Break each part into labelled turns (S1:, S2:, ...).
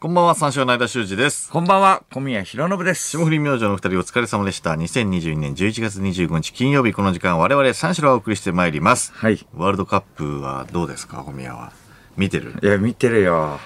S1: こんばんは、三四郎の間修二です。
S2: こんばんは、小宮弘信です。
S1: 霜降り明星のお二人お疲れ様でした。2022年11月25日金曜日、この時間我々三四郎をお送りしてまいります。
S2: はい。い
S1: ワールドカップはどうですか、小宮は。見てる
S2: や、見てるよ。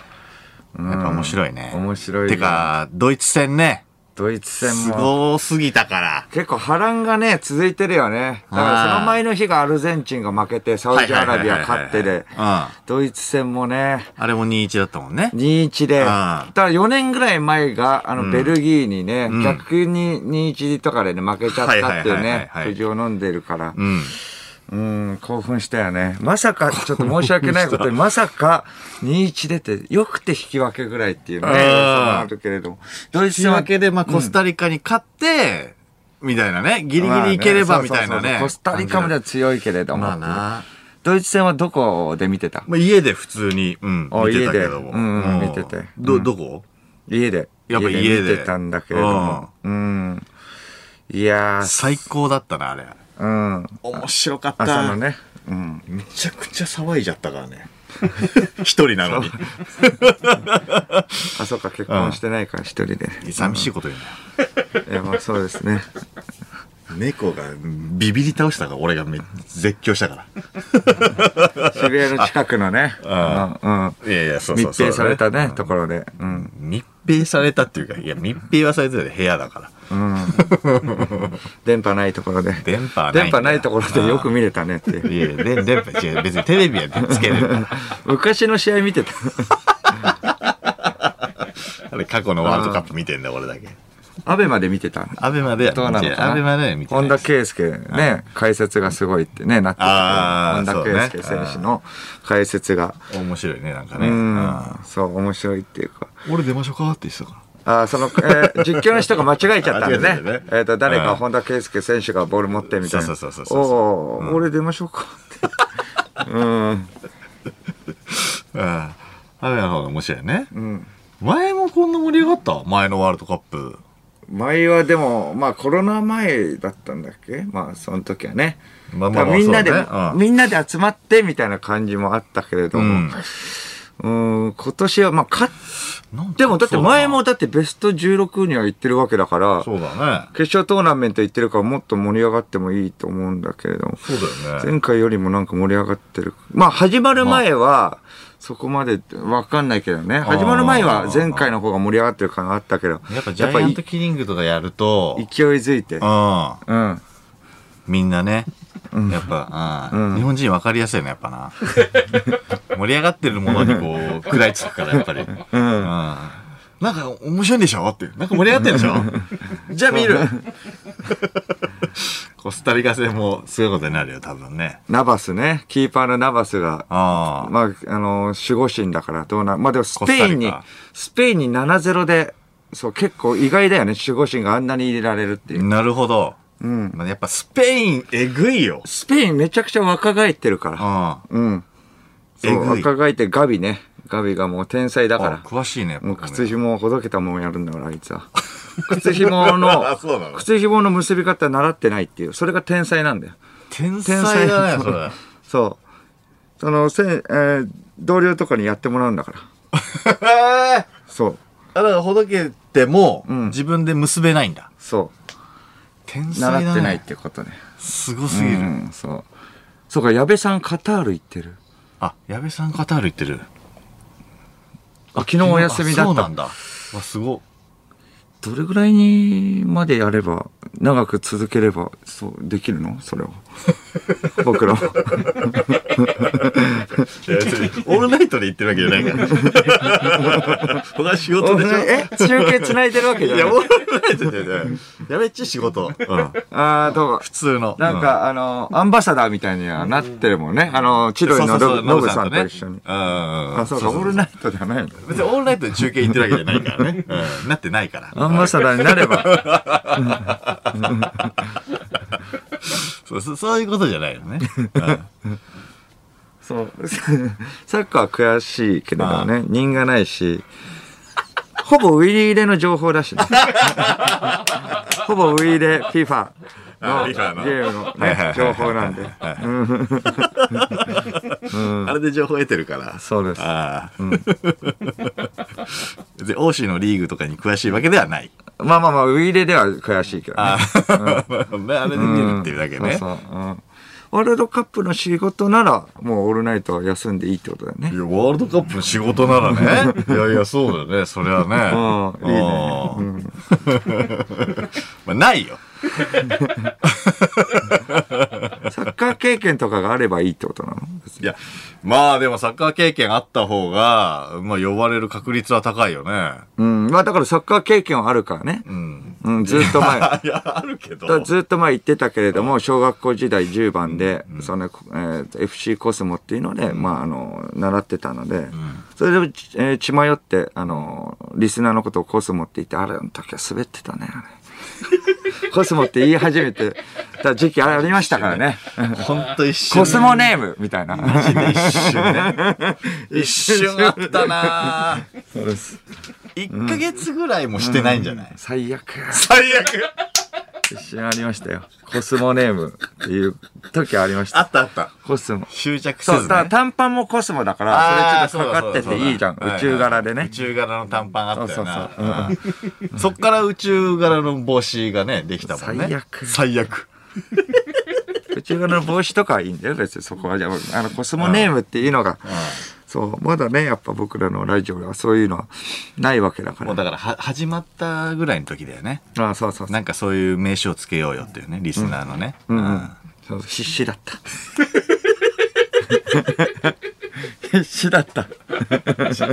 S1: やっぱ面白いね。
S2: 面白いよ
S1: てか、ドイツ戦ね、
S2: ドイツ戦
S1: す
S2: も。
S1: ごすぎたから。
S2: 結構波乱がね、続いてるよね。だからその前の日がアルゼンチンが負けて、サウジアラビア勝って
S1: はいはい
S2: で
S1: はいはいはいうん、
S2: ドイツ戦もね、
S1: あれも2-1だったもんね。
S2: 2-1で、
S1: う
S2: だ
S1: ん
S2: から4年ぐらい前が、あの、ベルギーにね、
S1: ん
S2: 逆に2-1とかでね、負けちゃったってい
S1: はい
S2: う
S1: はいはいはい
S2: ね、
S1: はい
S2: 苦情を飲んでるから
S1: う、ん。
S2: うん、興奮したよね。まさか、ちょっと申し訳ないこと に、まさか2-1出て、よくて引き分けぐらいっていうね、
S1: あ
S2: そ
S1: ー
S2: うあるけれども。ドイツ
S1: 仕
S2: 戦は
S1: 分けで、まあ、コスタリカに勝って、みたいなね。ギリギリいければ、みたいな
S2: まあそうそう
S1: ね
S2: そう。コスタリカまでは
S1: 感
S2: 強いけれど
S1: じ
S2: も。
S1: だまあな。
S2: ドイツ戦はどこで見てた
S1: まあ、家で普通に、うん、
S2: あ
S1: 見てたけども。
S2: 家でうんうん見てて
S1: ど、どこ
S2: 家で。
S1: やっぱ家で
S2: 見てたんだけれども。うん。いやー、
S1: 最高だったな、あれ。
S2: うん。
S1: 面白かっ
S2: 朝のね。うん。
S1: めちゃくちゃ騒いじゃったから ね。一人なのに。
S2: あ、そうか、結婚してないから一人で。
S1: 寂しいこと言うなよ。
S2: いや、まあそうですね。
S1: 猫がビビり倒したから、俺がめ絶叫したか
S2: 渋谷の近くのね。
S1: あ
S2: うん。うん
S1: ら。いやいや、そ
S2: 密閉されたね、
S1: と
S2: ところで。うん。
S1: 密閉されたっていうか、いや、密閉はされてる部屋だから。
S2: 電波ないところで。
S1: 電波はないんだよ
S2: 電波ないところでよく見れたねって いう。
S1: いやいや、で電波違う。別にテレビはつけるから。
S2: 昔の試合見てた。
S1: あれ、過去のワールドカップ見てんだよ、俺だけ。
S2: アベまで見てた。
S1: アベマでは見て
S2: どうなのかな
S1: アベマでは見てない
S2: 本
S1: で
S2: 田
S1: す
S2: 圭佑ね、解説がすごいってね、なって
S1: あー
S2: たけど本田圭
S1: そうね
S2: 佑選手の解説が。
S1: 面白いね、なんか
S2: う
S1: ね。
S2: ん。そう、面白いっていうか。
S1: 俺出ましょうかって言ってたか
S2: あーその、え ー実況の人が間違えちゃったん
S1: 間違え
S2: でね
S1: ちゃったね。
S2: えっと、誰
S1: うん
S2: か本田圭佑選手がボール持ってみたいな。
S1: そうそうそうそうそう
S2: おー俺出ましょうかって。うん。
S1: ら。うん。アベマの方が面白いね。
S2: うん。
S1: 前もこんな盛り上がった前のワールドカップ。
S2: 前はでも、まあコロナ前だったんだっけまあその時はね。
S1: まあ
S2: だからみんなで、
S1: そうね
S2: みんなで集まってみたいな感じもあったけれど
S1: う
S2: も
S1: ん、
S2: うん、今年はまあ勝っ
S1: なんか
S2: でもだって前も
S1: そ
S2: だってベスト16には行ってるわけだから、
S1: うだね。
S2: 決勝トーナメント行ってるからもっと盛り上がってもいいと思うんだけれども、
S1: そうだよね。
S2: 前回よりもなんか盛り上がってる。まあ始まる前は、そこまでわかんないけどね。始まる前は前回の方が盛り上がってる感があったけど、
S1: やっぱジャイアント
S2: やっ
S1: キリングとかやると
S2: ぱ、勢いづいて。
S1: うん。
S2: うん。
S1: みんなね。やっぱ、うん日本人分かりやすいね、やっぱ な。盛り上がってるものにこう、食らいつくから、やっぱり。うん。なんか面白いんでしょって。なんか盛り上がってるでしょじゃあ見るコスタリカ戦もすごいことになるよ、多分ね。
S2: ナバスね。キーパーのナバスが
S1: ああ。
S2: まあ、あの、守護神だからどうな、まあでもスペインに
S1: コスタリカ、
S2: スペインに7-0で、そう、結構意外だよね、守護神があんなに入れられるっていう。
S1: なるほど。
S2: うん。
S1: まあやっぱスペイン、えぐいよ。
S2: スペインめちゃくちゃ若返ってるから。
S1: あ
S2: うん。そ
S1: えぐ
S2: う、
S1: い
S2: 若返ってガビね。ガビがもう天才だ
S1: あ。
S2: から。
S1: 詳しいね。
S2: もう靴紐をほどけたもんやるんだから、あい つは。靴紐の
S1: あ そうなの、
S2: 靴紐の結び方習ってないっていう、それが天才なんだよ。
S1: 天才だね、
S2: 天
S1: そ
S2: 才
S1: れ。
S2: そう。その、せん、えー同僚とかにやってもらうんだから。 そう、
S1: あだからほどけても、
S2: ん
S1: 自分で結べないんだ。
S2: そう。
S1: 天才だね。
S2: 習ってないってことね。
S1: すごすぎる。
S2: うん、そう。そうか、矢部さんカタール行ってる。
S1: あ、矢部さんカタール行ってる。
S2: あ昨日お休みだ
S1: あそう
S2: っ
S1: な
S2: た。
S1: んだ。わ、すご。
S2: どれぐらいにまでやれば、長く続ければ、そう、できるのそれ を。僕らは。
S1: オールナイトで行ってるわけじゃない から。僕は仕事でしょ
S2: え中継繋いでるわけじゃ
S1: い
S2: ない
S1: や、オールナイトじゃない。やべっち仕事。うん。
S2: ああ、どう
S1: 普通の。
S2: なんか、あの、アンバサダーみたいにはなってるもんね。あの、千
S1: うん、
S2: 鳥
S1: そう
S2: の
S1: そうそう
S2: ノブノブさんと一緒に
S1: ね。うん。
S2: あ、そうか、オールナイトじゃないの。
S1: 別にオールナイトで中継行ってるわけじゃないから ね。うん。なってないから。
S2: アンバサダーになれ ば。
S1: そうそうそういうことじゃないよね。
S2: そう。 サッカーは悔しいけれどね、人がないし、ほぼウィリーレの情報だしね。ほぼウィリーレ、FIFA。
S1: あ
S2: の
S1: リ
S2: ゲ
S1: ハの
S2: ームの
S1: はいはいは
S2: ね
S1: い
S2: 情報なんで。
S1: あれで情報得てるから。
S2: そうです
S1: ああ。 で、欧州のリーグとかに詳しいわけではない。
S2: まあまあまあ、ウイイレでは悔しいけ どね。
S1: ああ。ねあれで見るっていうだけね。
S2: そうそううんワールドカップの仕事なら、もうオールナイトは休んでいいってことだよね
S1: い。や、ワールドカップの仕事なら ね。いやいや、そうだよね。それはね。
S2: うんいいね
S1: ね。 まあ、ないよ。
S2: サッカー経験とかがあればいいってことなの
S1: いや、まあでもサッカー経験あった方が、まあ呼ばれる確率は高いよね。
S2: うん。まあだからサッカー経験はあるからね。
S1: うん。
S2: うん、ずっと前。
S1: あいや、あるけど。
S2: だからずっと前言ってたけれども、小学校時代10番で、その、えー FC コスモっていうので、まあ、あの、習ってたので、それで、ちえー血迷って、あの、リスナーのことをコスモって言って、あれの時は滑ってたね、 あれコスモって言い始めてた時期ありましたからね。
S1: ほんと一瞬。
S2: コスモネームみたいな。
S1: 一瞬ね。一瞬あったなぁ1ヶ月ぐらいもしてないんじゃない、
S2: 最悪。
S1: 最悪
S2: 一瞬ありましたよ。コスモネームっていう時ありまし
S1: あ
S2: た。
S1: ったあった。
S2: コスモ。
S1: 執着せ
S2: そう、
S1: ず
S2: だから
S1: ね。
S2: 短パンもコスモだから、
S1: あー
S2: それちょっとかかってていいじゃん。
S1: そうだそうだ
S2: 宇宙柄で
S1: はいはい
S2: ね
S1: 宇。宙柄の短パンあったよな。
S2: そう
S1: うんそっから宇宙柄の帽子がね、できたもんね。
S2: 最悪
S1: 最悪。
S2: 宇宙柄の帽子とかはいいんだよ、別にそこは。じゃあ、あの、コスモネームっていうのが、そう、まだね、やっぱ僕らのラジオではそういうのはないわけだか
S1: も
S2: ら
S1: う。だからは、始まったぐらいの時だよね。
S2: ああ、そうそうそう。
S1: なんかそういう名称つけようよっていうね、リスナーのね。
S2: うんう
S1: うん
S2: ん。そう必死だった。必死だった。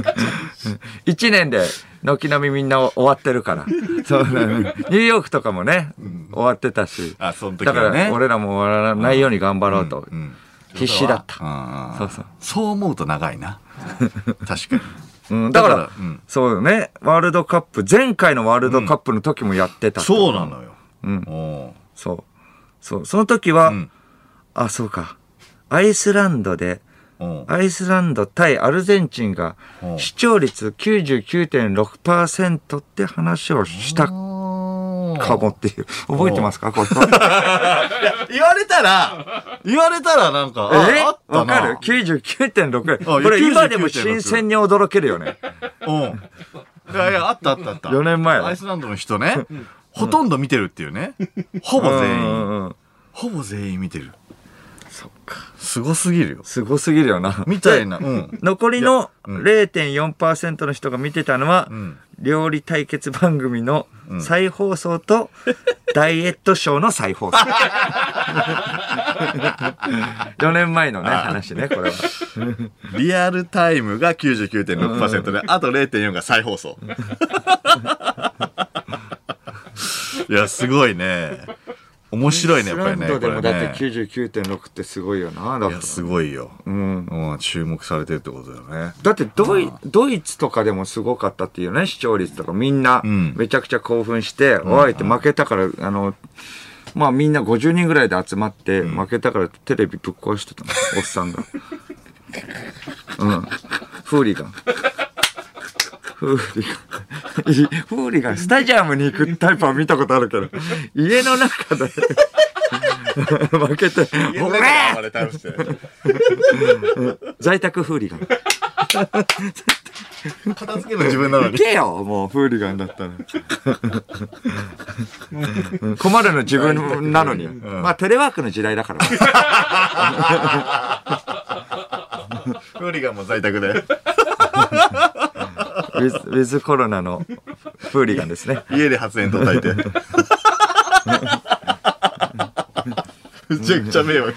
S2: 一年で軒並みみんな終わってるから。そうだね。ニューヨークとかもね、終わってたし。
S1: あその時
S2: だ
S1: はね
S2: から俺らも終わらないように頑張ろうと
S1: う。ん
S2: 必死だった。
S1: あー
S2: そうそう
S1: そう思うと長い な。確かに。
S2: うん、だか
S1: だ
S2: ら、
S1: からうん
S2: そうよね。ワールドカップ、前回のワールドカップの時もやってた。
S1: そうなのよ。
S2: うん
S1: おー
S2: そう。そう。その時は、
S1: うん
S2: あ、そうか。アイスランドで、
S1: おー
S2: アイスランド対アルゼンチンが
S1: うん
S2: 視聴率99.6%って話をしたかもっていう。覚えてますかこれ。
S1: 言われたら、言われたらなんか、あ
S2: え
S1: あったな
S2: わかる ?99.6。
S1: あ
S2: これ今でも
S1: 99.6
S2: 新鮮に驚けるよね。
S1: うん。いやいや、あったあったあった。
S2: 4年前は
S1: アイスランドの人ね、ほとんど見てるっていうね。ほぼ全
S2: うん
S1: 員。
S2: うんうん。
S1: ほぼ全員見てる。
S2: そっか。
S1: すごすぎるよ。
S2: すごすぎるよ な。
S1: みたいな。うん。
S2: 残りの
S1: うん
S2: 0.4%の人が見てたのは、
S1: うん。
S2: 料理対決番組の
S1: ん
S2: 再放 送と、ダイエットショーの再放送。4年前のね、話ね、これは。
S1: リアルタイムが99.6%で、あと0.4が再放送。いや、すごいね。面白いね、やっぱりね。
S2: イスランド
S1: こ
S2: でも
S1: れ
S2: だっ
S1: ね
S2: て99.6ってすごいよな、だ
S1: い
S2: か
S1: や、
S2: ら
S1: すごいよ。
S2: うん。
S1: うん、注目されてるってことだよね。
S2: だってドイ、ドイツとかでもすごかったっていうね、視聴率とかみんな
S1: ん
S2: めちゃくちゃ興奮して、おいって負けたから、あの、まあみんな50人ぐらいで集まって、負けたからテレビぶっ壊してたの、おっさんが。 うん。フーリガン。フーリガン。フーリガン、スタジアムに行くタイプは見たことあるけど、家の中で 負けて、おめえ
S1: れ倒して。
S2: 在宅フーリガン。
S1: 片付けの自分なの
S2: 行
S1: に。
S2: けよもうフーリガンだったらうん困るの自分なのに、まあテレワークの時代だから
S1: フーリガンも在宅で。
S2: ウィズウィズコロナのフーリガンですね
S1: 家で発煙筒焚いて。めちゃくちゃ迷惑。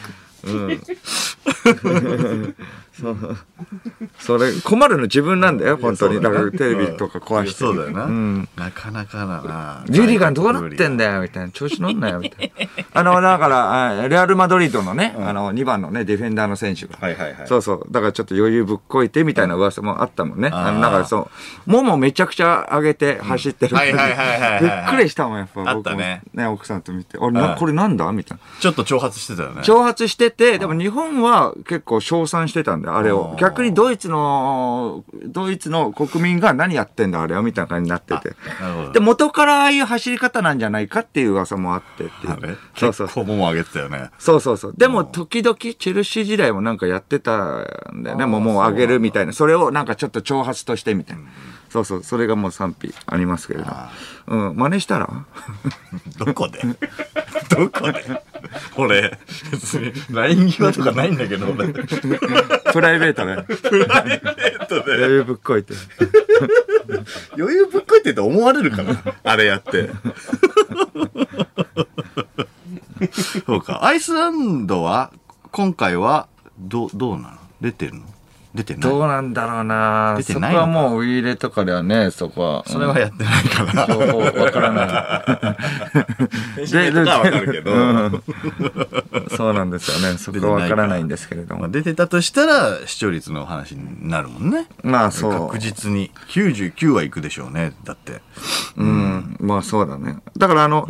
S2: それ困るの自分なんだよ本当に
S1: いやそ
S2: だ
S1: うだ
S2: か
S1: よ
S2: らテレビとか壊して
S1: そうだよな。
S2: ん
S1: なかなかだな。
S2: ジュリガンどうなってん
S1: だ
S2: だよみたいな。調子乗んなよみたいな。あの、だから、あレアル・マドリードのね、あの、2番のね、ディフェンダーの選手が。
S1: はいはいはい
S2: そうそう。だからちょっと余裕ぶっこいてみたいな噂もあったもんね。あ
S1: あ
S2: の、
S1: ー
S2: だからそう、ももめちゃくちゃ上げて走ってる。
S1: はいはいはいはいはい
S2: びっくりしたもん、やっぱ僕も。
S1: あったね
S2: 奥さんと見て。あれ、な
S1: うん
S2: これなんだみたいな。
S1: ちょっと挑発してたよね。
S2: 挑発してて、でも日本は結構称賛してたんだよ、あれを
S1: あ。ー
S2: 逆にドイツの、ドイツの国民が何やってんだ、あれは、みたいな感じになってて。
S1: なるほど
S2: で、元からああいう走り方なんじゃないかっていう噂もあってっていう
S1: あれ
S2: そうそう
S1: こう、もも上げてたよね。
S2: そうそうそう。でも、時々、チェルシー時代もなんかやってたんだよね。
S1: あー
S2: もう、もう
S1: そうなん
S2: 上
S1: だ
S2: げるみたいな。それをなんかちょっと挑発としてみたいな。そうそう。それがもう賛否ありますけれど。うん。真似したら
S1: どこで どこで俺、別に、LINE 際とかないんだけど、俺。
S2: プライベートで。
S1: えっとね、
S2: 余裕ぶっこいて。
S1: 余裕ぶっこいてって思われるかなあれやって。そうか。アイスランドは、今回は、ど、どうなの出てるの出てない
S2: どうなんだろうな
S1: 出て
S2: そこ
S1: ないのか
S2: はもう、ウィーレとかではね、そこは。
S1: それはやってないか
S2: うん
S1: ら。
S2: 情報わからない。
S1: 編集とかはわかるけど。
S2: そうなんですよね。そこはわからないんですけれど
S1: まあ
S2: も。
S1: 出てたとしたら、視聴率の話になるもんね。
S2: まあそう。
S1: 確実に。99はいくでしょうね。だって。
S2: うん、まあそうだね。だからあの、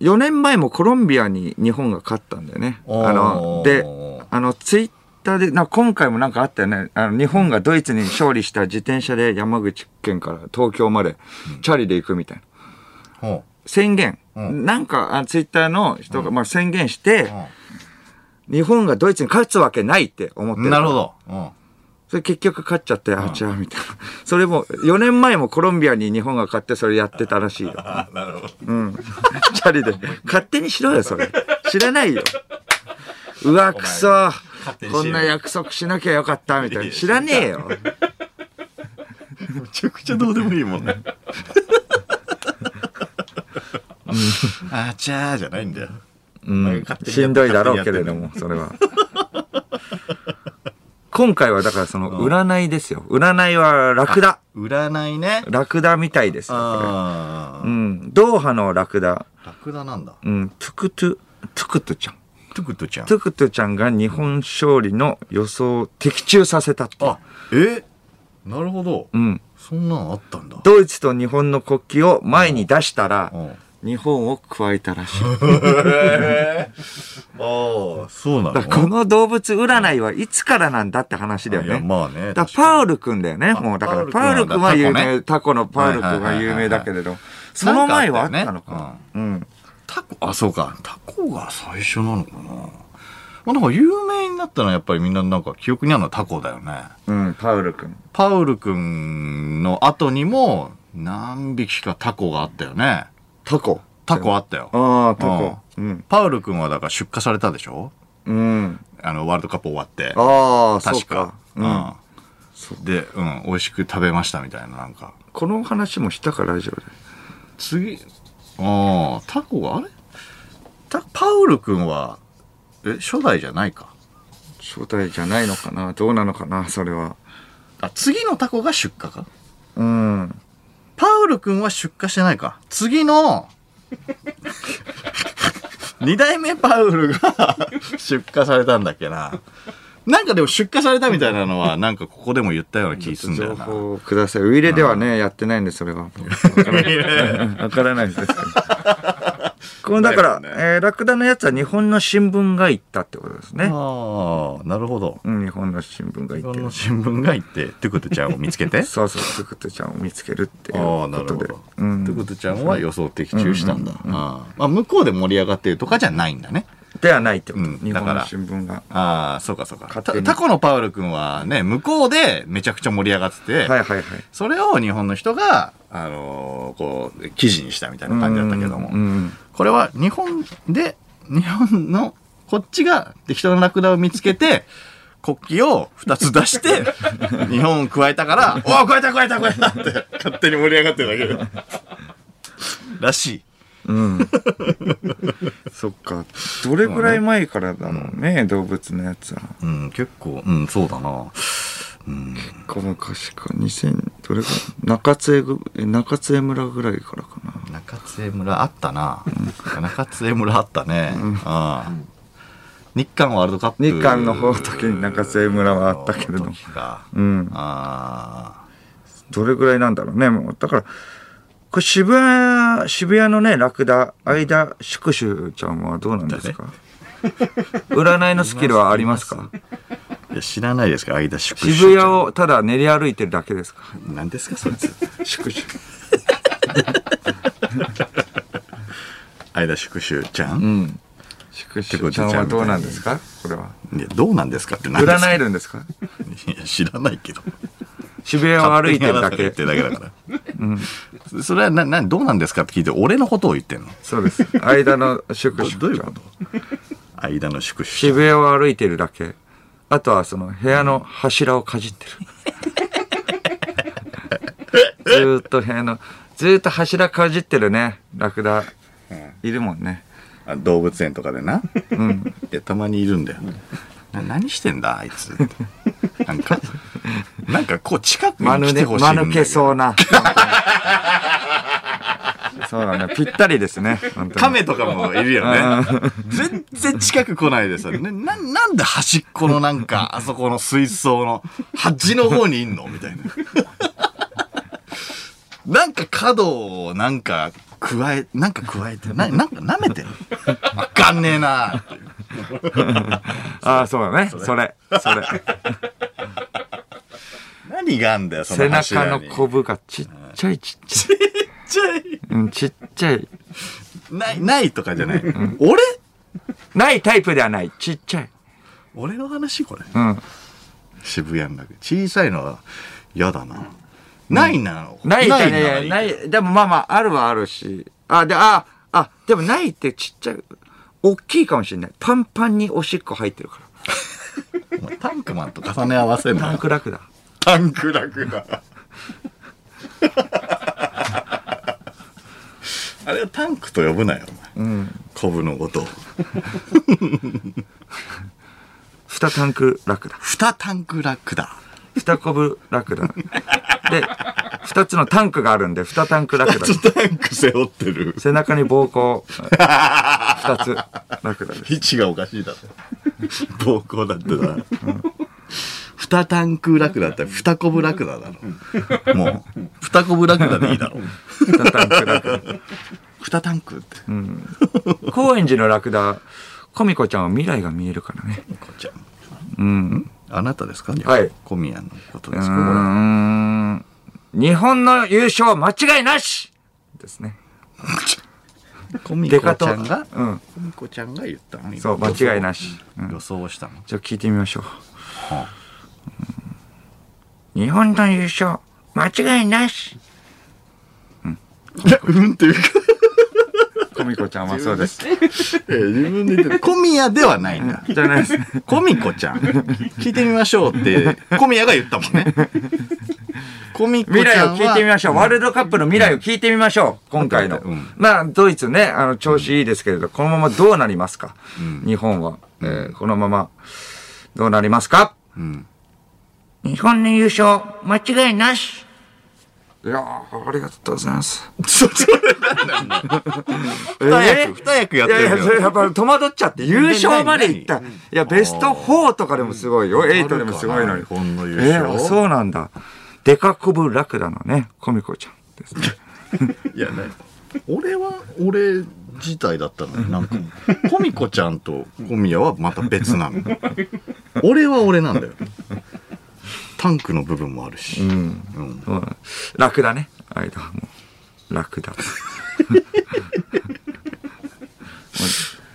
S2: 4年前もコロンビアに日本が勝ったんだよね。
S1: おー
S2: あの、で、あの、ツイッターで、な今回もなんかあったよね。あの、日本がドイツに勝利した自転車で山口県から東京までチャリで行くみたいな。
S1: ほ
S2: 宣言。
S1: うん
S2: なんか、あツイッターの人が、まあ宣言して
S1: う、
S2: 日本がドイツに勝つわけないって思って
S1: うんなるほど。うん
S2: それ結局勝っちゃって、あ、違うみたいな。 それも、4年前もコロンビアに日本が勝ってそれやってたらしいよ。
S1: あ、なるほど。
S2: うん。チャリで。勝手にしろよ、それ。知らないよ。うわ、くそ
S1: 手。にしろ
S2: こんな約束しなきゃよかった、みたいな。知らねえよ。
S1: めちゃくちゃどうでもいいもんね。あちゃーじゃないんだよ。
S2: うん。しんどいだろうけれども、それは。今回はだからその、占いですよ。占いはラクダ。
S1: 占いね。
S2: ラクダみたいですよこれ
S1: あ
S2: う
S1: あ。
S2: ん。ドーハのラクダ。
S1: ラクダなんだ。
S2: うん。トゥクトゥ、トゥクトゥちゃん。
S1: トゥクトゥちゃん
S2: ト。ゥクトゥちゃんが日本勝利の予想を的中させたっていう。
S1: あ、えなるほど
S2: う。ん。
S1: そんなのあったんだ。
S2: ドイツと日本の国旗を前に出したら
S1: う、ん
S2: 日本を加えた らしい。
S1: ああ、そうな
S2: だからこの動物占いはいつからなんだって話だよ
S1: いや、
S2: ね。
S1: まあね。
S2: だ
S1: 確
S2: から
S1: か
S2: パウル君だよね。もうだから
S1: パ
S2: パ
S1: ウ
S2: ウ
S1: ル
S2: ル
S1: 君
S2: 君
S1: な
S2: は
S1: んだ
S2: 有名、タコのパウル君
S1: は
S2: は
S1: はい
S2: い
S1: はい
S2: 有
S1: はい
S2: 名だけれど、その前はあったのか。うん。
S1: タコ、あ、そうか。タコが最初なのかな。まあ、なんか有名になったのはやっぱりみんななんか記憶にあるのはタコだよね。
S2: うん、パウル君。
S1: パウル君の後にも何匹かタコがあったよね。
S2: タコ。
S1: タコあったよ。
S2: ああ、タコ。うん。
S1: パウル君はだから出荷されたでしょ
S2: うん。
S1: あの、ワールドカップ終わって。
S2: ああ、そう
S1: 確
S2: か
S1: か。。
S2: うん。
S1: うんで、うん、美味しく食べましたみたいな、なんか。
S2: この話もしたか、ラジオで。
S1: 次、ああ、タコが、あれタパウル君は、え、初代じゃないか。
S2: 初代じゃないのかなどうなのかなそれは。
S1: あ、次のタコが出荷か。
S2: うん。
S1: パウル君は出荷してないか。次の、二代目パウルが出荷されたんだっけな。なんかでも出荷されたみたいなのは、なんかここでも言ったような気すんだよ
S2: 情
S1: な。
S2: 報をください。ウィレではね、やってないんで、それ は。わからないです。 このだから、
S1: だよ
S2: えーラクダのやつは日本の新聞が言ったってことですね。
S1: ああ、なるほど。
S2: うん、日本の新聞が
S1: 日
S2: 言って
S1: 本
S2: る
S1: の。新聞が行って、トゥクトゥちゃんを見つけて。
S2: そうそう、つくとちゃんを見つけるっていう
S1: ああ、
S2: こ
S1: なる
S2: と
S1: ほど。
S2: で
S1: ト。ゥ
S2: う
S1: ク
S2: ん。
S1: トゥちゃんは予想的中したんだ。あーまあ、向こうで盛り上がってるとかじゃないんだね。
S2: ではないってこと。
S1: うん
S2: 日
S1: だ
S2: 本
S1: から
S2: の新聞が。
S1: ああ、そうかそうか。
S2: 勝手
S1: た
S2: に
S1: タコのパウル君はね、向こうでめちゃくちゃ盛り上がってて、
S2: はいはいはい。
S1: それを日本の人が、あのーこう、記事にしたみたいな感じだったけども、
S2: うん。
S1: これは日本で、日本の、こっちがで人のラクダを見つけて、 国旗を2つ出して、 日本を加えた から、おお、加えた加えた加えたって、勝手に盛り上がってるだけだ。らしい。
S2: うん。そっか。どれぐらい前からだろうね、動物のやつは。
S1: うん、結構、うん、そうだな。うん。
S2: この昔か、2000、どれか、中津江ぐ、え中津江村ぐらいからかな。
S1: 中津江村あったな。中津江村あったね。うん。日韓ワールドカップ。
S2: 日韓の方の時に中津江村はあったけれど
S1: の時か。
S2: うん。
S1: あ
S2: どれぐらいなんだろうね。もうだから、これ渋谷、渋谷のね、ラクダ、間、宿主ちゃんはどうなんですか占いのスキルはありますか
S1: あ。いや、知らないですか間宿主
S2: 渋谷をただ練り歩いてるだけですか
S1: 何ですかそいつ。
S2: 宿主。
S1: 間宿主ちゃ
S2: うんん。くしちゃんはどうなんですかこれは。
S1: いやどうなんですかって何ですか
S2: 占えるんですか
S1: いや知らないけど
S2: 渋谷を歩いてるだ
S1: 勝手にやらされてるだ
S2: け。
S1: けだから、それはななどうなんですかって聞いて俺のことを言ってんの
S2: そうです。間の宿
S1: ど
S2: 主
S1: どういうこと間の宿主
S2: 渋谷を歩いてるだけ。あとはその部屋の柱をかじってる。ずーっと部屋の、ずーっと柱かじってるね。ラクダ。いるもんね。
S1: あ動物園とかでな、でたまにいるんだよ、な何してんだあいつなんかなんかこう近く
S2: ま
S1: に
S2: ぬ
S1: 来て
S2: ね、
S1: ほしいんだけ
S2: ま
S1: ど
S2: ぬけそうな。そうだね。ぴったりですね。本当に
S1: 亀とかもいるよね。全然近く来ないでさ、ね、な、なんで端っこのなん か、あそこの水槽の端の方にいんのみたいな。 なんか角をなんか加え、なんか加えて、な、なんか舐めてる。わかんねえなっていう
S2: ああ、そうだね。それ。それ。
S1: 何があんだよ、そ
S2: 背
S1: の
S2: 中
S1: 柱
S2: の
S1: に。
S2: コブがちっちゃいちっちゃい。
S1: ちっち
S2: うん、ちっちゃい。
S1: ゃい。ない、ないとかじゃない。俺
S2: ないタイプではない。ちっちゃい。
S1: 俺の話これ。
S2: うん。
S1: 渋谷の中。小さいのは嫌だな。ないな。
S2: ない、ない、
S1: なら
S2: ないい、
S1: いけど
S2: でもまあまあ、あるはあるし。あ、で、あ、あ、でもないってちっちゃい。大きいかもしれない。パンパンにおしっこ入ってるから。
S1: お前タンクマンと重ね合わせん
S2: タン
S1: な。
S2: クラクダ。
S1: タンクラクダ。 あれはタンクと呼ぶなよ、お前。コブのことを。
S2: ふたタンクラクダ。
S1: ふたタンクラクダ。
S2: ふたコブラクダ。で、二つのタンクがあるんで、ふたタンクラクダ。
S1: タンク背負ってる。
S2: 背中に膀胱。二つ。ラクダです。
S1: 位置がおかしいだろ。暴行だってな。ふたタンクラクダってふたコブラクダだろ。もう、ふたコブラクダでいいだろ。
S2: ふたタンクラクダ。
S1: ふたタンクって。
S2: 高円寺のラクダ、コミコちゃんは未来が見えるからね。
S1: こっちゃん
S2: うん。
S1: あなたですか
S2: はい。
S1: 小宮のこと
S2: う
S1: ですかこれは
S2: ーん。日本の優勝間違いなしですね。
S1: コミ
S2: デ
S1: コ
S2: カ
S1: ち
S2: と。
S1: ゃ
S2: うん
S1: が、
S2: ん。
S1: コミコちゃんが言ったの
S2: そう、
S1: 今
S2: 間違いなし。うん
S1: 予想をしたの。
S2: じゃあ聞いてみましょう。
S1: は
S2: うん日本の優勝、間違いなし。
S1: いや、 うんっていうか、
S2: コミコちゃんはそうです。
S1: えー自分で言ってる。小宮ではないんだ。
S2: じゃないですね。
S1: コミコちゃん。聞いてみましょうって、小宮が言ったもんね。コミコち
S2: 未来
S1: ゃん
S2: を
S1: は。
S2: 聞いてみましょう。ワールドカップの未来を聞いてみましょう。今回の。
S1: うん
S2: まあ、ドイツね、あの、調子いいですけれど、このままどうなりますか、日本は、えーこのまま、どうなりますか
S1: うん。
S2: 日本の優勝、間違いなし。いやー、ありがとうございます。
S1: そ、それ何 なんだ二役、二役やっ
S2: い
S1: て
S2: やい
S1: る
S2: や、
S1: け
S2: それや
S1: ど。
S2: っぱ戸惑っちゃって、優勝までいった。いや、ベスト4とかでもすごいよ。8でもすごいのに
S1: 日。本の優
S2: え
S1: 勝。
S2: ー、そうなんだ。デカコブラクダのね、コミコちゃんですね。
S1: いやね。俺は、俺自体だったのに、なんか、コミコちゃんと小宮はまた別 なの。俺は俺なんだよ。タンクの部分もあるし。うん
S2: うんラクダね。間はもう。ラクダ。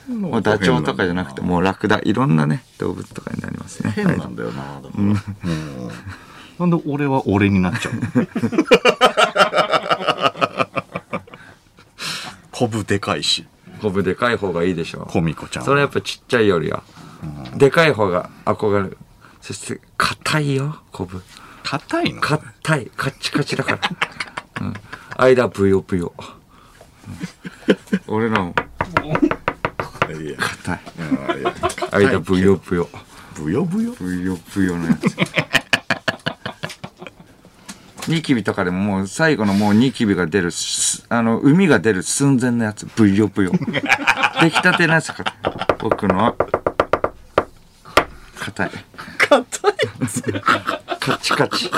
S2: もうダチョウとかじゃなくて、もうラクダ、いろんなね、動物とかになりますね。
S1: 変なんだよな、だから。もうなんで俺は俺になっちゃう のコブでかいし、
S2: コブでかい方がいいでしょ
S1: コミコちゃんは。
S2: それやっぱちっちゃいよりは。でかい方が憧れる。そして、硬いよ、コブ。
S1: 硬いの
S2: 硬い。カッチカチだから。うん間、ブヨブヨ。うん俺らも、
S1: いやいや
S2: 硬い。
S1: いや
S2: 間、ブヨブヨ。
S1: ブヨブヨ
S2: ぷよぷよのやつニキビとかでももう最後のもうニキビが出るすあの海が出る寸前のやつぷよぷよ出来たてのやつから僕のは硬い
S1: 硬い
S2: カチカチ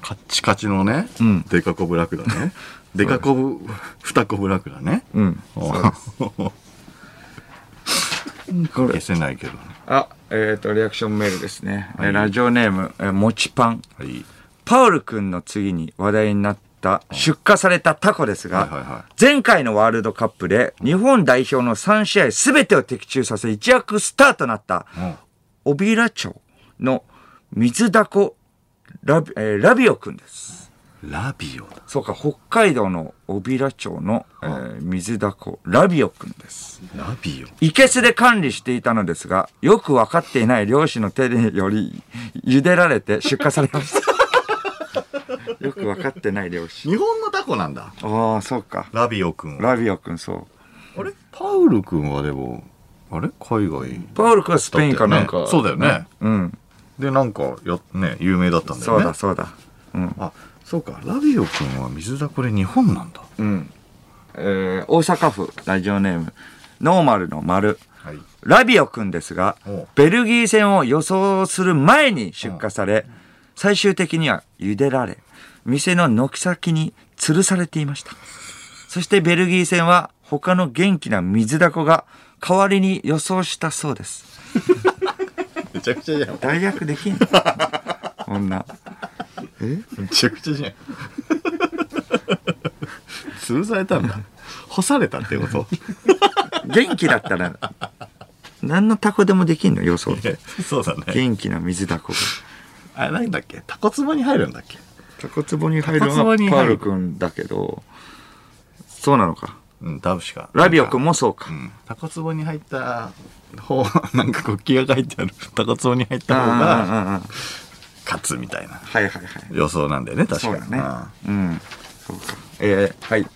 S1: カッチカチのね、
S2: ん
S1: デカコブラ クダね。デカコブ、二コブラクダね。
S2: うんこ
S1: 消
S2: れ
S1: せないけどね。
S2: あえっ、とリアクションメールですね、えーラジオネームえーもちパン
S1: はい。
S2: パウル君の次に話題になっった出荷されたタコです
S1: はいはいは
S2: が、前回のワールドカップで日本代表の3試合全てを的中させ一躍スターとなった
S1: うん、
S2: 小平町の水ダコラビ,、えーラビオくんです。
S1: ラビオだ。
S2: そうか、北海道の小平町の、えー水ダコラビオくんです。
S1: ラビオ。
S2: 生けすで管理していたのですが、よく分かっていない漁師の手により、茹でられて出荷されま した。よく分かってない漁師。
S1: 日本のタコなんだ。
S2: ああ、そうか。
S1: ラビオくんは。
S2: ラビオ君そう。
S1: あれパウルくんはでも、あれ海外。
S2: パウル君はスペインかなんか。
S1: ねそうだよね。
S2: うん。
S1: で、なんか、や、ね、有名だったんだよ
S2: そ
S1: ね。
S2: うだ、そうだ。うん。
S1: あ、そうか。ラビオくんは水だこれ日本なんだ。
S2: うん。えー大阪府ラジオネーム、ノーマルの丸。
S1: はい。
S2: ラビオ君ですが
S1: お、
S2: ベルギー戦を予想する前に出荷され、最終的には茹でられ、店の軒先に吊るされていました。そしてベルギー戦は他の元気な水ダコが代わりに予想したそうです。
S1: めちゃくちゃじゃん。
S2: 大学できんのこんな。
S1: めちゃくちゃじゃん。 吊るされたんだ。干されたってこと
S2: 元気だったら、何のタコでもできんの予想。
S1: そうだね。
S2: 元気な水ダコが。
S1: あれなんだっけタコツボに入るんだっけ
S2: タコツボに入るの
S1: タコツボに
S2: は
S1: 入
S2: パー
S1: る
S2: ル君だけど、そうなのか。
S1: うん、ダブしか。
S2: ラビオ君
S1: も。
S2: もそうか
S1: う。ん。タコツボに入った方、なんか国旗が書いてある。タコツボに入った方が
S2: ああああああ
S1: 勝つみたいな
S2: はいはいはい。
S1: 予想なんだよね、確か
S2: そう
S1: に。
S2: だね。うん。そうか。えー、はい。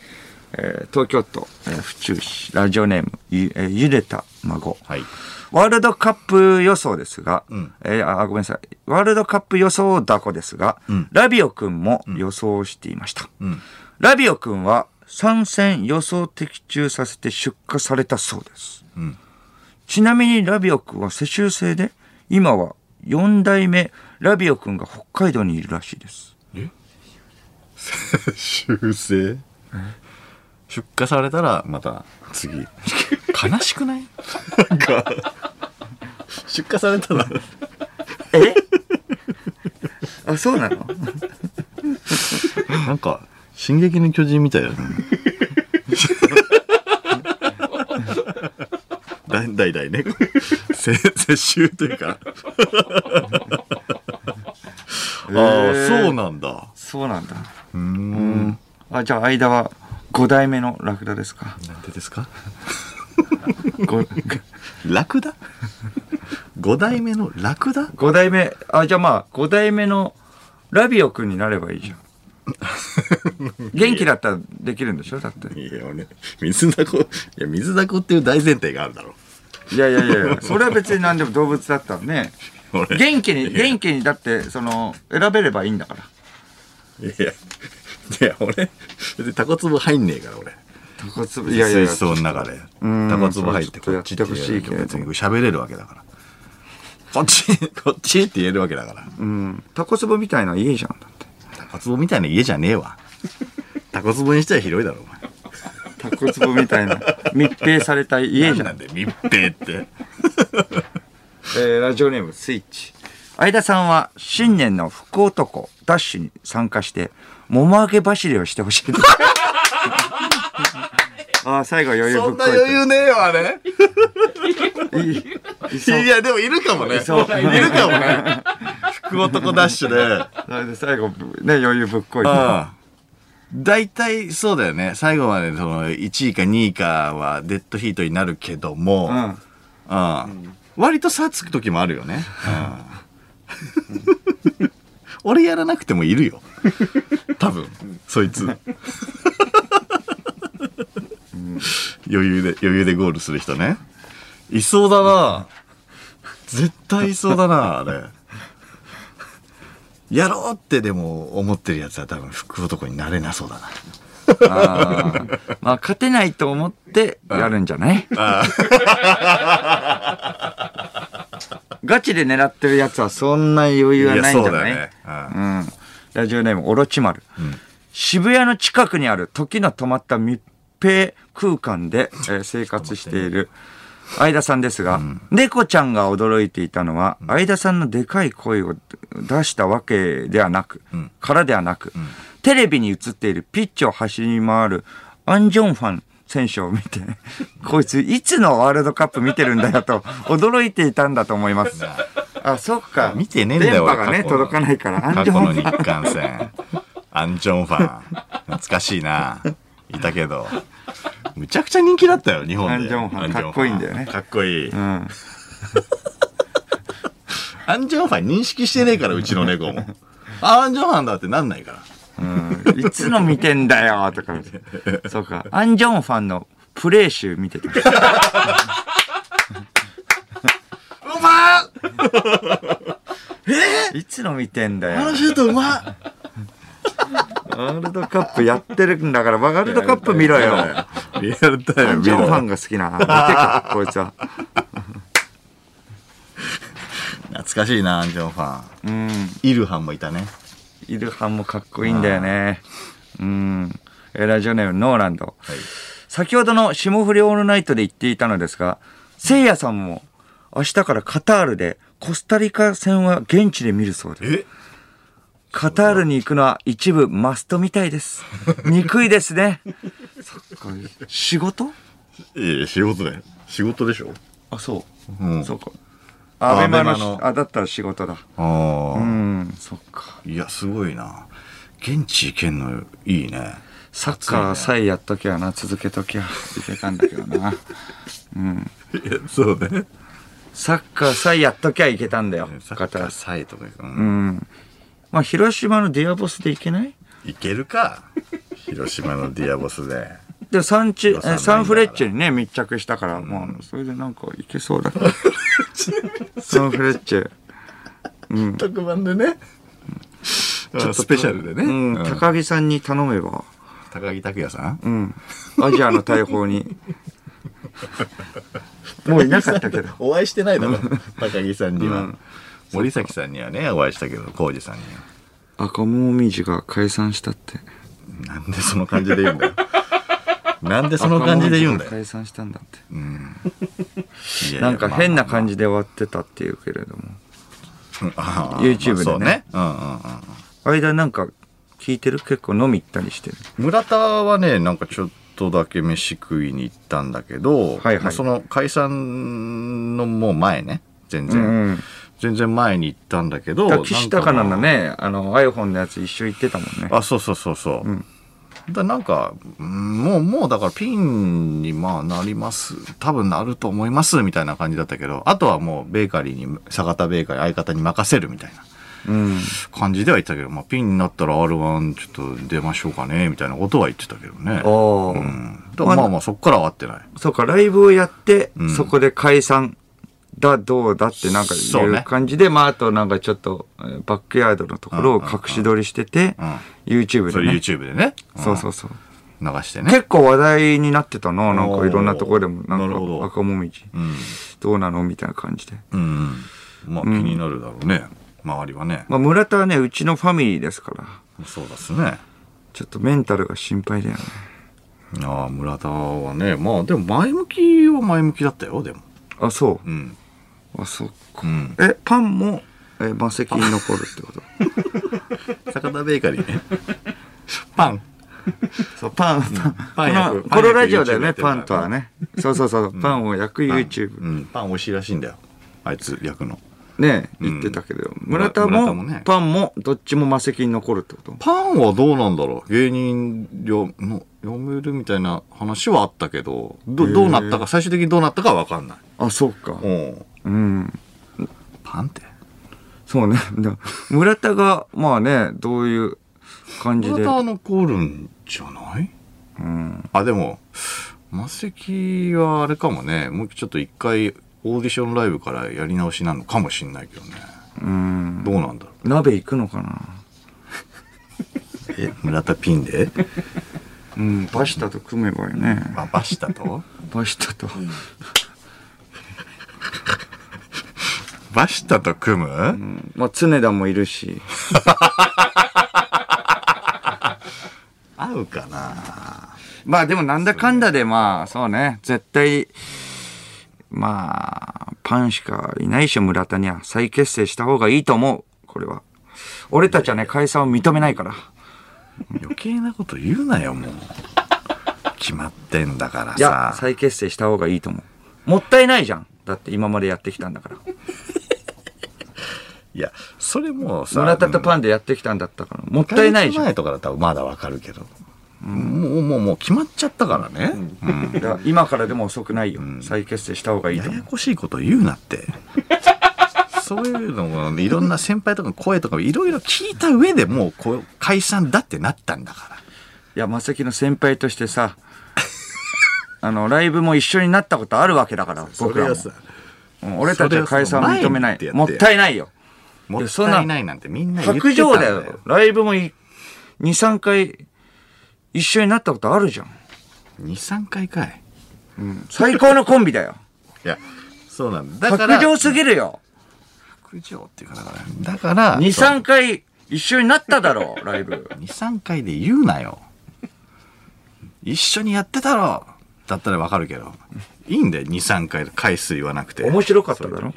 S2: えー、東京都、えー、府中市、ラジオネーム、ゆ、えー、ゆでた孫。
S1: はい。
S2: ワールドカップ予想ですが、
S1: うん
S2: えーあ、ごめんなさい。ワールドカップ予想だこですが、
S1: ん
S2: ラビオ君も予想していました。
S1: うん。
S2: ラビオ君は参戦予想的中させて出荷されたそうです。
S1: うん。
S2: ちなみにラビオ君は世襲制で、今は4代目ラビオ君が北海道にいるらしいです。
S1: 修正出荷されたらまた次悲しくないなんか 出荷されたら
S2: え あ、そうなの
S1: なんか「進撃の巨人」みたい だね代代々ねせ世襲というかああ、
S2: ー
S1: そうなんだ
S2: そうなんだ。
S1: うーん
S2: あ、じゃあ間は5代目のラクダですか。
S1: なんでですか
S2: ご
S1: ラクダ ?5 代目のラクダ
S2: 5代目、あ、じゃあまあ5代目のラビオ君になればいいじゃん。元気だったらできるんでしょだって。
S1: いや、俺、水だこ、いや、水だこっていう大前提があるだろ。
S2: いやいやいや、それは別に何でも動物だったらね。
S1: 俺
S2: 元気に、元気にだって、その、選べればいいんだから。
S1: いや、いや、俺、別にタコツボ入んねえから、俺。
S2: タコツボ、
S1: い
S2: いやいやいや、
S1: 水槽の中で。
S2: うん
S1: タコツボ入って、
S2: そ
S1: こっ
S2: れはち
S1: ち
S2: ょ
S1: っ
S2: ってと
S1: 言
S2: やってほしいけれど
S1: 別に喋れるわけだから。こっち、 こっちって言えるわけだから。
S2: うん。タコツボみたいな家じゃん。だって。
S1: タコツボみたいな家じゃねえわ。タコツボにしては広いだろ、お前。
S2: タコツボみたいな、密閉された家じゃん
S1: な。んで密閉って。
S2: えーラジオネームスイッチ相田さんは新年の福男ダッシュに参加して桃揚げ走りをしてほ しいああ最後余裕ぶ
S1: そ
S2: っ
S1: ん
S2: こ
S1: ない
S2: て
S1: 余裕ねえわ、あれ。
S2: いいそう
S1: いや、でもいるかもね。いる
S2: そう
S1: かも ね。福男ダッシュで。
S2: それで最後ね余裕ぶっこいて
S1: うん。大体そうだよね。最後までその1位か2位かはデッドヒートになるけども、
S2: うん
S1: うん割と差つく時もあるよね。うん俺やらなくてもいるよ。多分、そいつ。余裕で、余裕でゴールする人ね。いそうだな絶対いそうだなあれ。やろうってでも思ってるやつは多分福男になれなそうだな。
S2: あーまあ勝てないと思ってやるんじゃない ガチで狙ってるやつはそんな余裕はないんじゃない
S1: いやそうだよね
S2: うん、ラジオネームオロチマル、渋谷の近くにある時の止まった密閉空間で、えー生活している相田さんですが、猫ちゃんが驚いていたのは、相田さんのでかい声を出したわけではなく、からではなく、テレビに映っているピッチを走り回るアン・ジョンファン選手を見 て、こいついつのワールドカップ見てるんだよと驚いていたんだと思います。あ、そっか。
S1: 見てねえんだよ
S2: 電波がね、
S1: 俺過去の
S2: 届かないから、アン・
S1: 過
S2: ジ
S1: 去
S2: ョンフ
S1: の
S2: ァン
S1: 日韓戦。アンジョンファン。懐かしいな。いたけど。むちゃくちゃ人気だったよ、日本で。
S2: アンジョンファン
S1: アジョ
S2: かっこいいんだよね
S1: かっこいい。
S2: うん。
S1: アンジョンファン認識してねえから、うちの猫も。あアンジョンファンだってなんないから。
S2: うんいつの見てんだよとか。そうか。アン・ジョンファンのプレー集見て た。
S1: うまっ
S2: いつの見てんだ
S1: あの
S2: よ。
S1: シュートうまっ
S2: ワールドカップやってるんだから、ワールドカップ見ろよ。ア
S1: リアルタイム
S2: ン・
S1: 見
S2: ジョンファン
S1: ろ。
S2: が好きな。見てか、こいつは。
S1: 懐かしいな、アンジョンファン。
S2: うん。
S1: イルハンもいたね。
S2: イルハンもかっこいいんだよね。うん。えーラジオネーム、ノーランド。
S1: はい。
S2: 先ほどの霜降りオールナイトで言っていたのですが、せいやさんも明日からカタールで、コスタリカ戦は現地で見るそうです。
S1: え
S2: カタールに行くのは一部マストみたい です。憎いですね。そっか、仕事
S1: いや仕事だよ。仕事でしょ
S2: あ、そうう。
S1: ん。
S2: そうか。
S1: あ
S2: アベマの
S1: ア
S2: し、
S1: ベマの
S2: あ、だったら仕事だ。
S1: ああ。
S2: うん、そっか。
S1: いや、すごいな。現地行けんのいいね。
S2: サッカーさえやっときゃな、続けときゃいけたんだけどな。
S1: そうね。
S2: サッカーさえやっときゃいけたんだよ、カタール。
S1: サイトで、う。
S2: うんん。まあ、広島のディアボスで行けない
S1: 行けるか。広島のディアボスで。
S2: でサンチ
S1: 予算ないんだから
S2: サンフレッチェにね密着したから、まあそれでなんかいけそうだ サンフレッチェ
S1: 特番でね。ちょっとスペシャルでね。
S2: うん
S1: うん
S2: 高木さんに頼めば、
S1: 高木拓也さん
S2: うん、アジアの大砲にもういなかったけど
S1: お会いしてないだろ。高木さんには。森崎さんにはね、お会いしたけど、浩二さんには。
S2: 赤もみじが解散したって
S1: なんでその感じで言うんだよ。なんでその感じで言うんだ
S2: 赤
S1: よ。
S2: もみじが解散したんだって
S1: いやいや
S2: なんか変な
S1: まあまあまあ
S2: 感じで終わってたっていうけれども
S1: ああ
S2: YouTube でね
S1: そうね。うんうんうん。
S2: 間なんか聞いてる結構飲み行ったりしてる
S1: 村田はねなんかちょっとだけ飯食いに行ったんだけど、
S2: はいはい
S1: まあその解散のもう前ね全
S2: う
S1: 然、
S2: ん、うん、
S1: 全然前に行ったんだけど
S2: だから岸高菜の
S1: なんか
S2: ねあの iPhone のやつ一緒行ってたもんね
S1: あそうそうそうそう、だなんかうんもうもうだからピンにまあなります多分なると思いますみたいな感じだったけどあとはもうベーカリーに坂田ベーカリー相方に任せるみたいな
S2: うん
S1: 感じでは言ってたけど、まあ、ピンになったら R1 ちょっと出ましょうかねみたいなことは言ってたけどね
S2: ああ、
S1: うん、だからまあまあそっからは会ってない
S2: そうか、ライブをやって、
S1: ん
S2: そこで解散だ、どうだってなんかい
S1: そう
S2: う
S1: ね
S2: 感じで、まああとなんかちょっと、えーバックヤードのところを隠し撮りしてて、YouTube
S1: そ
S2: で
S1: れ
S2: ね。
S1: YouTube でね。。
S2: そうそううそう。
S1: 流してね。
S2: 結構話題になってたな、なんかいろんなところでも、な
S1: なるほ
S2: ん
S1: ど
S2: か赤もみじ、
S1: うん。
S2: どうなのみたいな感じで。
S1: うん。まあ気になるだろうね。周りはね。
S2: まあ村田はね、うちのファミリーですから、
S1: そうですね。
S2: ちょっとメンタルが心配だよね。
S1: ああ、村田はね。まあでも前向きは前向きだったよ、でも。
S2: あ、そ
S1: うん。
S2: う。あ、そっか。
S1: うん。
S2: え、パンも、え、馬席に残るってこと
S1: 坂田ベーカリーね。 パン。
S2: そう、パン、パン。
S1: パン焼
S2: この
S1: く
S2: このラジオだよね、
S1: パン
S2: パ
S1: 焼
S2: ン
S1: く
S2: とはね。そうそうそう、パンを焼く YouTube。
S1: うん。パン美味しいらしいんだよ。あいつ焼くの。
S2: ね、言ってたけど、村田
S1: 村田もね
S2: も、パンも、どっちも魔石に残るってこと
S1: パンはどうなんだろう芸人よの読めるみたいな話はあったけど、どどうなったか、最終的にどうなったかは分かんない。
S2: あ、そうか。
S1: うん。
S2: うん。
S1: パンって。
S2: そうね。でも村田が、まあね、どういう感じ
S1: ま
S2: で。
S1: た残るんじゃない
S2: うん。
S1: あでもマセキはあれかもねもうちょっと一回オーディションライブからやり直しなのかもしんないけどね
S2: うん。
S1: どうなんだろ
S2: 鍋行くのかな
S1: うえ村田ピンで、
S2: うん、パシタと組めばいいね。
S1: まあ、バシタと
S2: パシタと。
S1: バシタと組む、
S2: うんまあ、常田もいるし。
S1: 合うかな
S2: まあでもなんだかんだでまあそうね絶対まあパンしかいないし村田には再結成した方がいいと思うこれは俺たちはね解散を認めないから
S1: 余計なこと言うなよ、もう。決まってんだから
S2: いや、
S1: さ。
S2: 再結成した方がいいと思う。もったいないじゃん。だって今までやってきたんだから。
S1: いや、それもうさ。
S2: 村田とパ
S1: ン、
S2: ンでやってきたんだったから。もったいないじゃん。
S1: 前とかだったらまだわかるけど。もう、もう、もう決まっちゃったからね。うん
S2: だから今からでも遅くないよ。再結成した方がいいと
S1: や
S2: 思
S1: や
S2: う。
S1: こしいこと言うなって。そういうのも、いろんな先輩とかの声とかもいろいろ聞いた上でもうこう解散だってなったんだから。
S2: いや、まさきの先輩としてさ、あの、ライブも一緒になったことあるわけだ から、僕らも。うん俺たちは解散を認めない
S1: それ。はさ
S2: もったいないよ。
S1: もっ
S2: そん
S1: た
S2: ない
S1: ないなんてみんな言ってた
S2: 白
S1: んだよ。
S2: 状だよ。ライブもい2、3回一緒になったことあるじゃん。
S1: 2、3回かい。
S2: 最高のコンビだよ。
S1: いや、そうなん だ。だから、
S2: 白状すぎるよ。
S1: 白状っていうか、だから、だから、
S2: 2、3回一緒になっただろう、ライ ブ。
S1: 2、3回で言うなよ。一緒にやってたろだったらわかるけど。いいんだよ、2、3回で回数言わなくて。
S2: 面白かっただろだっ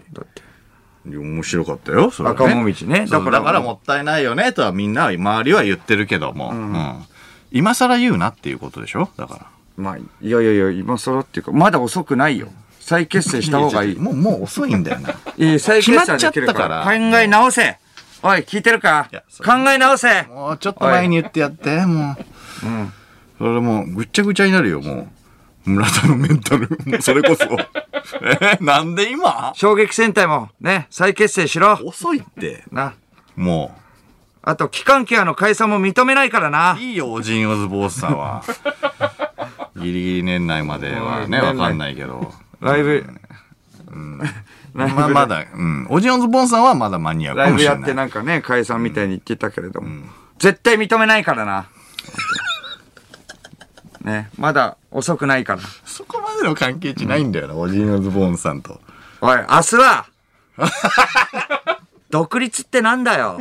S2: て。
S1: 面白かったよ、それはね、
S2: 赤もみじね
S1: そう
S2: だ
S1: だ
S2: か
S1: かららもったいないよね、とはみんな、周りは言ってるけども。うん。今更言うなっていうことでしょだから。
S2: まあ、いやいやいや、今更っていうか、まだ遅くないよ。再結成した方がいい。
S1: もう、もう 遅いんだ よな。い
S2: いい再結成はできる
S1: 決まっち
S2: から
S1: ゃったから
S2: 考え直せ。おい、聞いてるか
S1: いやそれ
S2: 考え直せ。
S1: もうちょっと前に言ってやって、もう。それもうぐっちゃぐちゃになるよ、もう。村田のメンタル、もうそれこ そ。えなんで今
S2: 衝撃戦隊もね、再結成しろ。
S1: 遅いって。
S2: な。
S1: も
S2: あと、機関ケアの解散も認めないからな
S1: う。。いいよ、オジン・オズボースさん は。ギリギリ年内まではね、わかんないけど。
S2: ライブ、
S1: まあまだ、うん。オジン・オズボーンさんはまだ間に合う
S2: ラ
S1: か
S2: イ
S1: も
S2: ブ
S1: し
S2: や
S1: れ
S2: って
S1: ない。
S2: なんかね、解散みたいに言ってたけれども。絶対認めないからな。ね、まだ遅くないから。
S1: そこまでの関係値ないんだよな、オジン・オズボーンさんと。
S2: おい、明日 は独立ってなんだよ。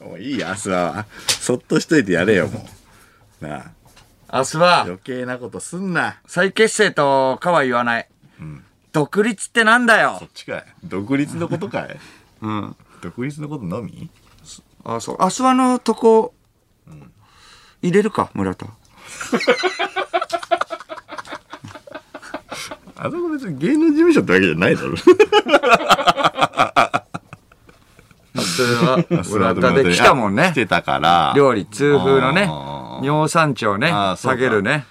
S1: もういいよ、明日は。そっとしといてやれよ、もう。な
S2: 明日
S1: あ、
S2: は
S1: 余計なことすんな。
S2: 再結成とかは言わない。独立ってなんだよ
S1: こ。っちかい独立のことかい
S2: うん。
S1: 独立のことのみ
S2: あ、そう。アスワのとこ、入れるか、村田。
S1: あそこ別に芸能事務所ってわけじゃないだ ろ
S2: それ は、村田で来たもん
S1: あ
S2: ね
S1: 来。てたから
S2: 料理、痛風のね
S1: あ、ー
S2: 尿酸値をね
S1: あー、そう
S2: 下
S1: か
S2: げるね。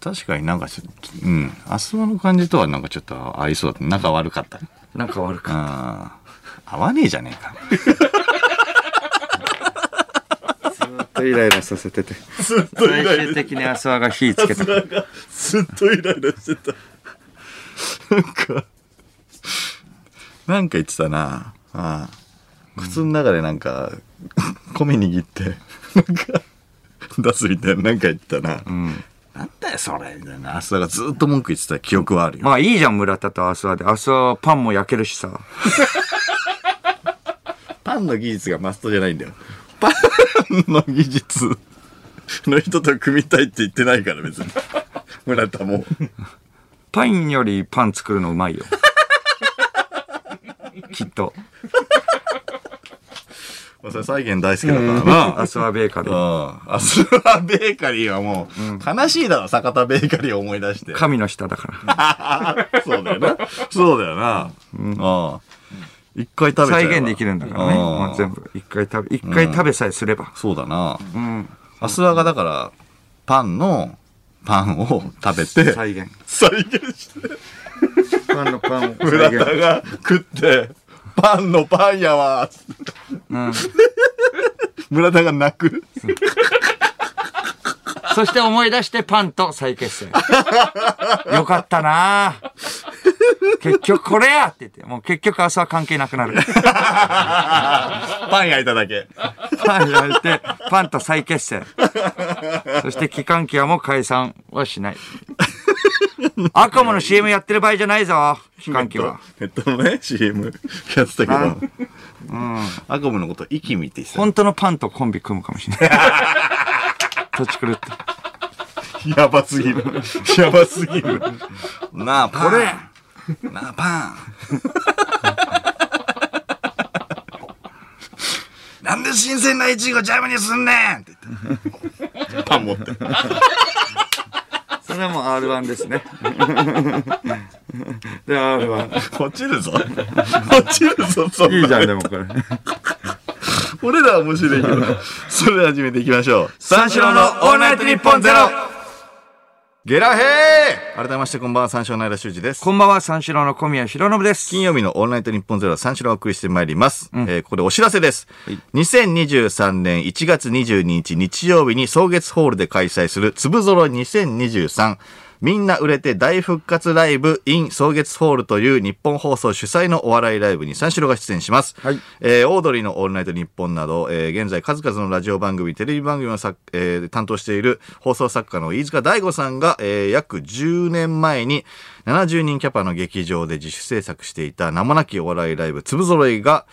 S1: 確かになんかちょっとうんあそこの感じとはなんかちょっと合いそうだった仲悪か った
S2: なんか悪か。
S1: あ合わねえじゃねえか
S2: イライラさせてて。
S1: ずっと
S2: 最終的にアスワが火つ けてく
S1: ずっとイライラしてたなんかなんか言ってたなああ靴の中でなんか米握ってなんか出すみたいななんか言ってたな、なんだよそれみたいな明日がずっと文句言ってた記憶はあるよ、
S2: まあいいじゃん、村田とアスワで。アスワはパンも焼けるしさ。
S1: パンの技術がマストじゃないんだよパンの技術の人と組みたいって言ってないから別に 村田も
S2: パンよりパン作るのうまい よ。きっと。
S1: まあそれ再現大好きだからな
S2: アスワベーカ
S1: う
S2: ーで。
S1: ん。アスラベーカリーはもう、悲しいだろ、坂田ベーカリーを思い出して。
S2: 神の下だから。
S1: そうだよな。そうだよな。うん。一回食べちゃえ
S2: 再
S1: ば
S2: 現できるんだからね。
S1: うん
S2: もう全部。一回食べ、一回食べさえすれば。
S1: そうだな。
S2: うん。
S1: アスラがだから、パンの、パンを食べて、
S2: 再現。
S1: 再現して、
S2: パンのパンを再
S1: 村
S2: 現。
S1: 田が食って、パンのパンやわ。
S2: うん。
S1: 村田が泣く。
S2: そして思い出してパンと再結成。 よかったなあ結局これやって言って、もう結局朝は関係なくなる。
S1: パン焼いただけ。
S2: パン焼いて、パンと再結成。そして期間期はもう解散はしない。アコムの CM やってる場合じゃないぞ、期間期は。
S1: ネットのね、CM やってたけど
S2: あ、
S1: アコムのこと、イキミって言ってた。
S2: 本当のパンとコンビ組むかもしれない。土地狂って。
S1: やばすぎる。やばすぎる。なあ、これ。なあ、パン。なんで新鮮ないちごジャムにすんねんって言って。 パン持って。
S2: それはもう R1 です ね。で、R1。
S1: 落ち るぞ。落ちるぞ、そんない
S2: いじゃん、でもこれ。
S1: 俺らは面白いけど。それでは始めていきましょう。三四郎のオールナイトニッポンゼロ
S2: ゲラヘー
S1: 改めましてこんばんは、三四郎の間修二です。
S2: こんばんは、三四郎の小宮浩信です。
S1: 金曜日のオンラインと日本ゼロは三四郎をお送りしてまいります。えーここでお知らせです。2023年1月22日日曜日に草月ホールで開催する粒ぞろ2023みんな売れて大復活ライブ in 草月ホールという日本放送主催のお笑いライブに三四郎が出演します。
S2: はい
S1: えーオードリーのオールナイト日本など、えー現在数々のラジオ番組、テレビ番組をさ、えー担当している放送作家の飯塚大吾さんが、えー約10年前に70人キャパの劇場で自主制作していた名もなきお笑いライブ、粒揃いが、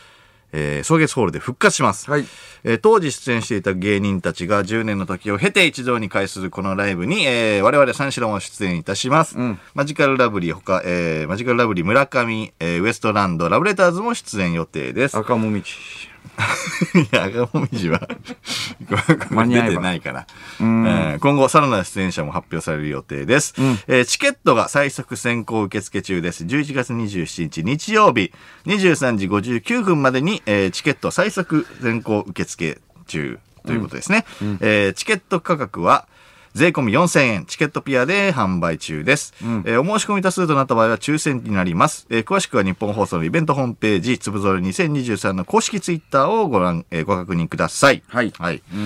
S1: えー、草月ホールで復活します。
S2: はい
S1: えー当時出演していた芸人たちが10年の時を経て一堂に会するこのライブに、えー我々三四郎も出演いたします。マジカルラブリーほか、えーマジカルラブリー村上、えーウエストランド、ラブレターズも出演予定です。
S2: 赤もみじ。
S1: いや、赤もみじは
S2: 間に合えば
S1: 出てないから。えー今後、さらなる出演者も発表される予定です。えーチケットが最速先行受付中です。11月27日日曜日、23時59分までに、えーチケット最速先行受付中ということですね。えーチケット価格は、税込み4000円、チケットピアで販売中です、えーお申し込み多数となった場合は抽選になります。えー詳しくは日本放送のイベントホームページ、つぶぞれ2023の公式ツイッターをご覧、えーご確認ください。
S2: はい
S1: はい。とい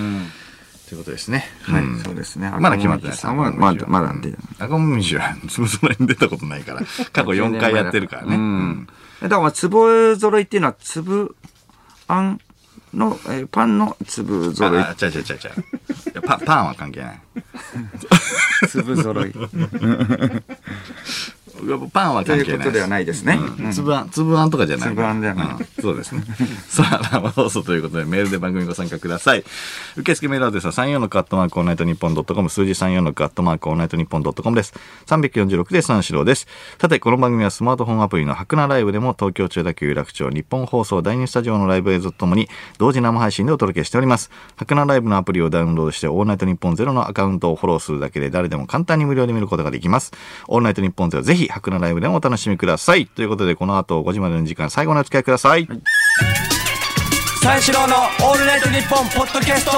S1: うことですね。
S2: はい
S1: うん、
S2: そうですね。
S1: まだ決まってない。
S2: 赤もみじさんはまだ、まだで。
S1: 赤もみじは、つぶぞれに出たことない から、過去4回やってるからね。
S2: うん。だから、粒揃いっていうのは、粒あんの、えーパンの粒揃い
S1: あ、。違う違う違う違ういや。パ パンは関係ない。
S2: 粒揃い。 と
S1: いやパンは関係ない
S2: いうことではないですね。
S1: つぶあん、つぶあんとかじゃない。
S2: つぶあんではない
S1: うんそうですね。 さあ、生放送ということで、メールで番組ご参加ください。受付メールアドレスは34のカットマークオールナイトニッポンドットコム、数字34のカットマークオールナイトニッポンドットコムです。346で三四郎です。さて、この番組はスマートフォンアプリの白菜ライブでも、東京中田区有楽町日本放送第2スタジオのライブ映像とともに、同時生配信でお届けしております。白菜ライブのアプリをダウンロードして、オールナイトニッポンゼロのアカウントをフォローするだけで、誰でも簡単に無料で見ることができます。オールナイトニッポンゼロ、ぜひ、白菜ライブでもお楽しみください。ということで、この後5時までの時間、最後のお付き合いください
S3: 三四郎のオールナイトニッポンポッドキャスト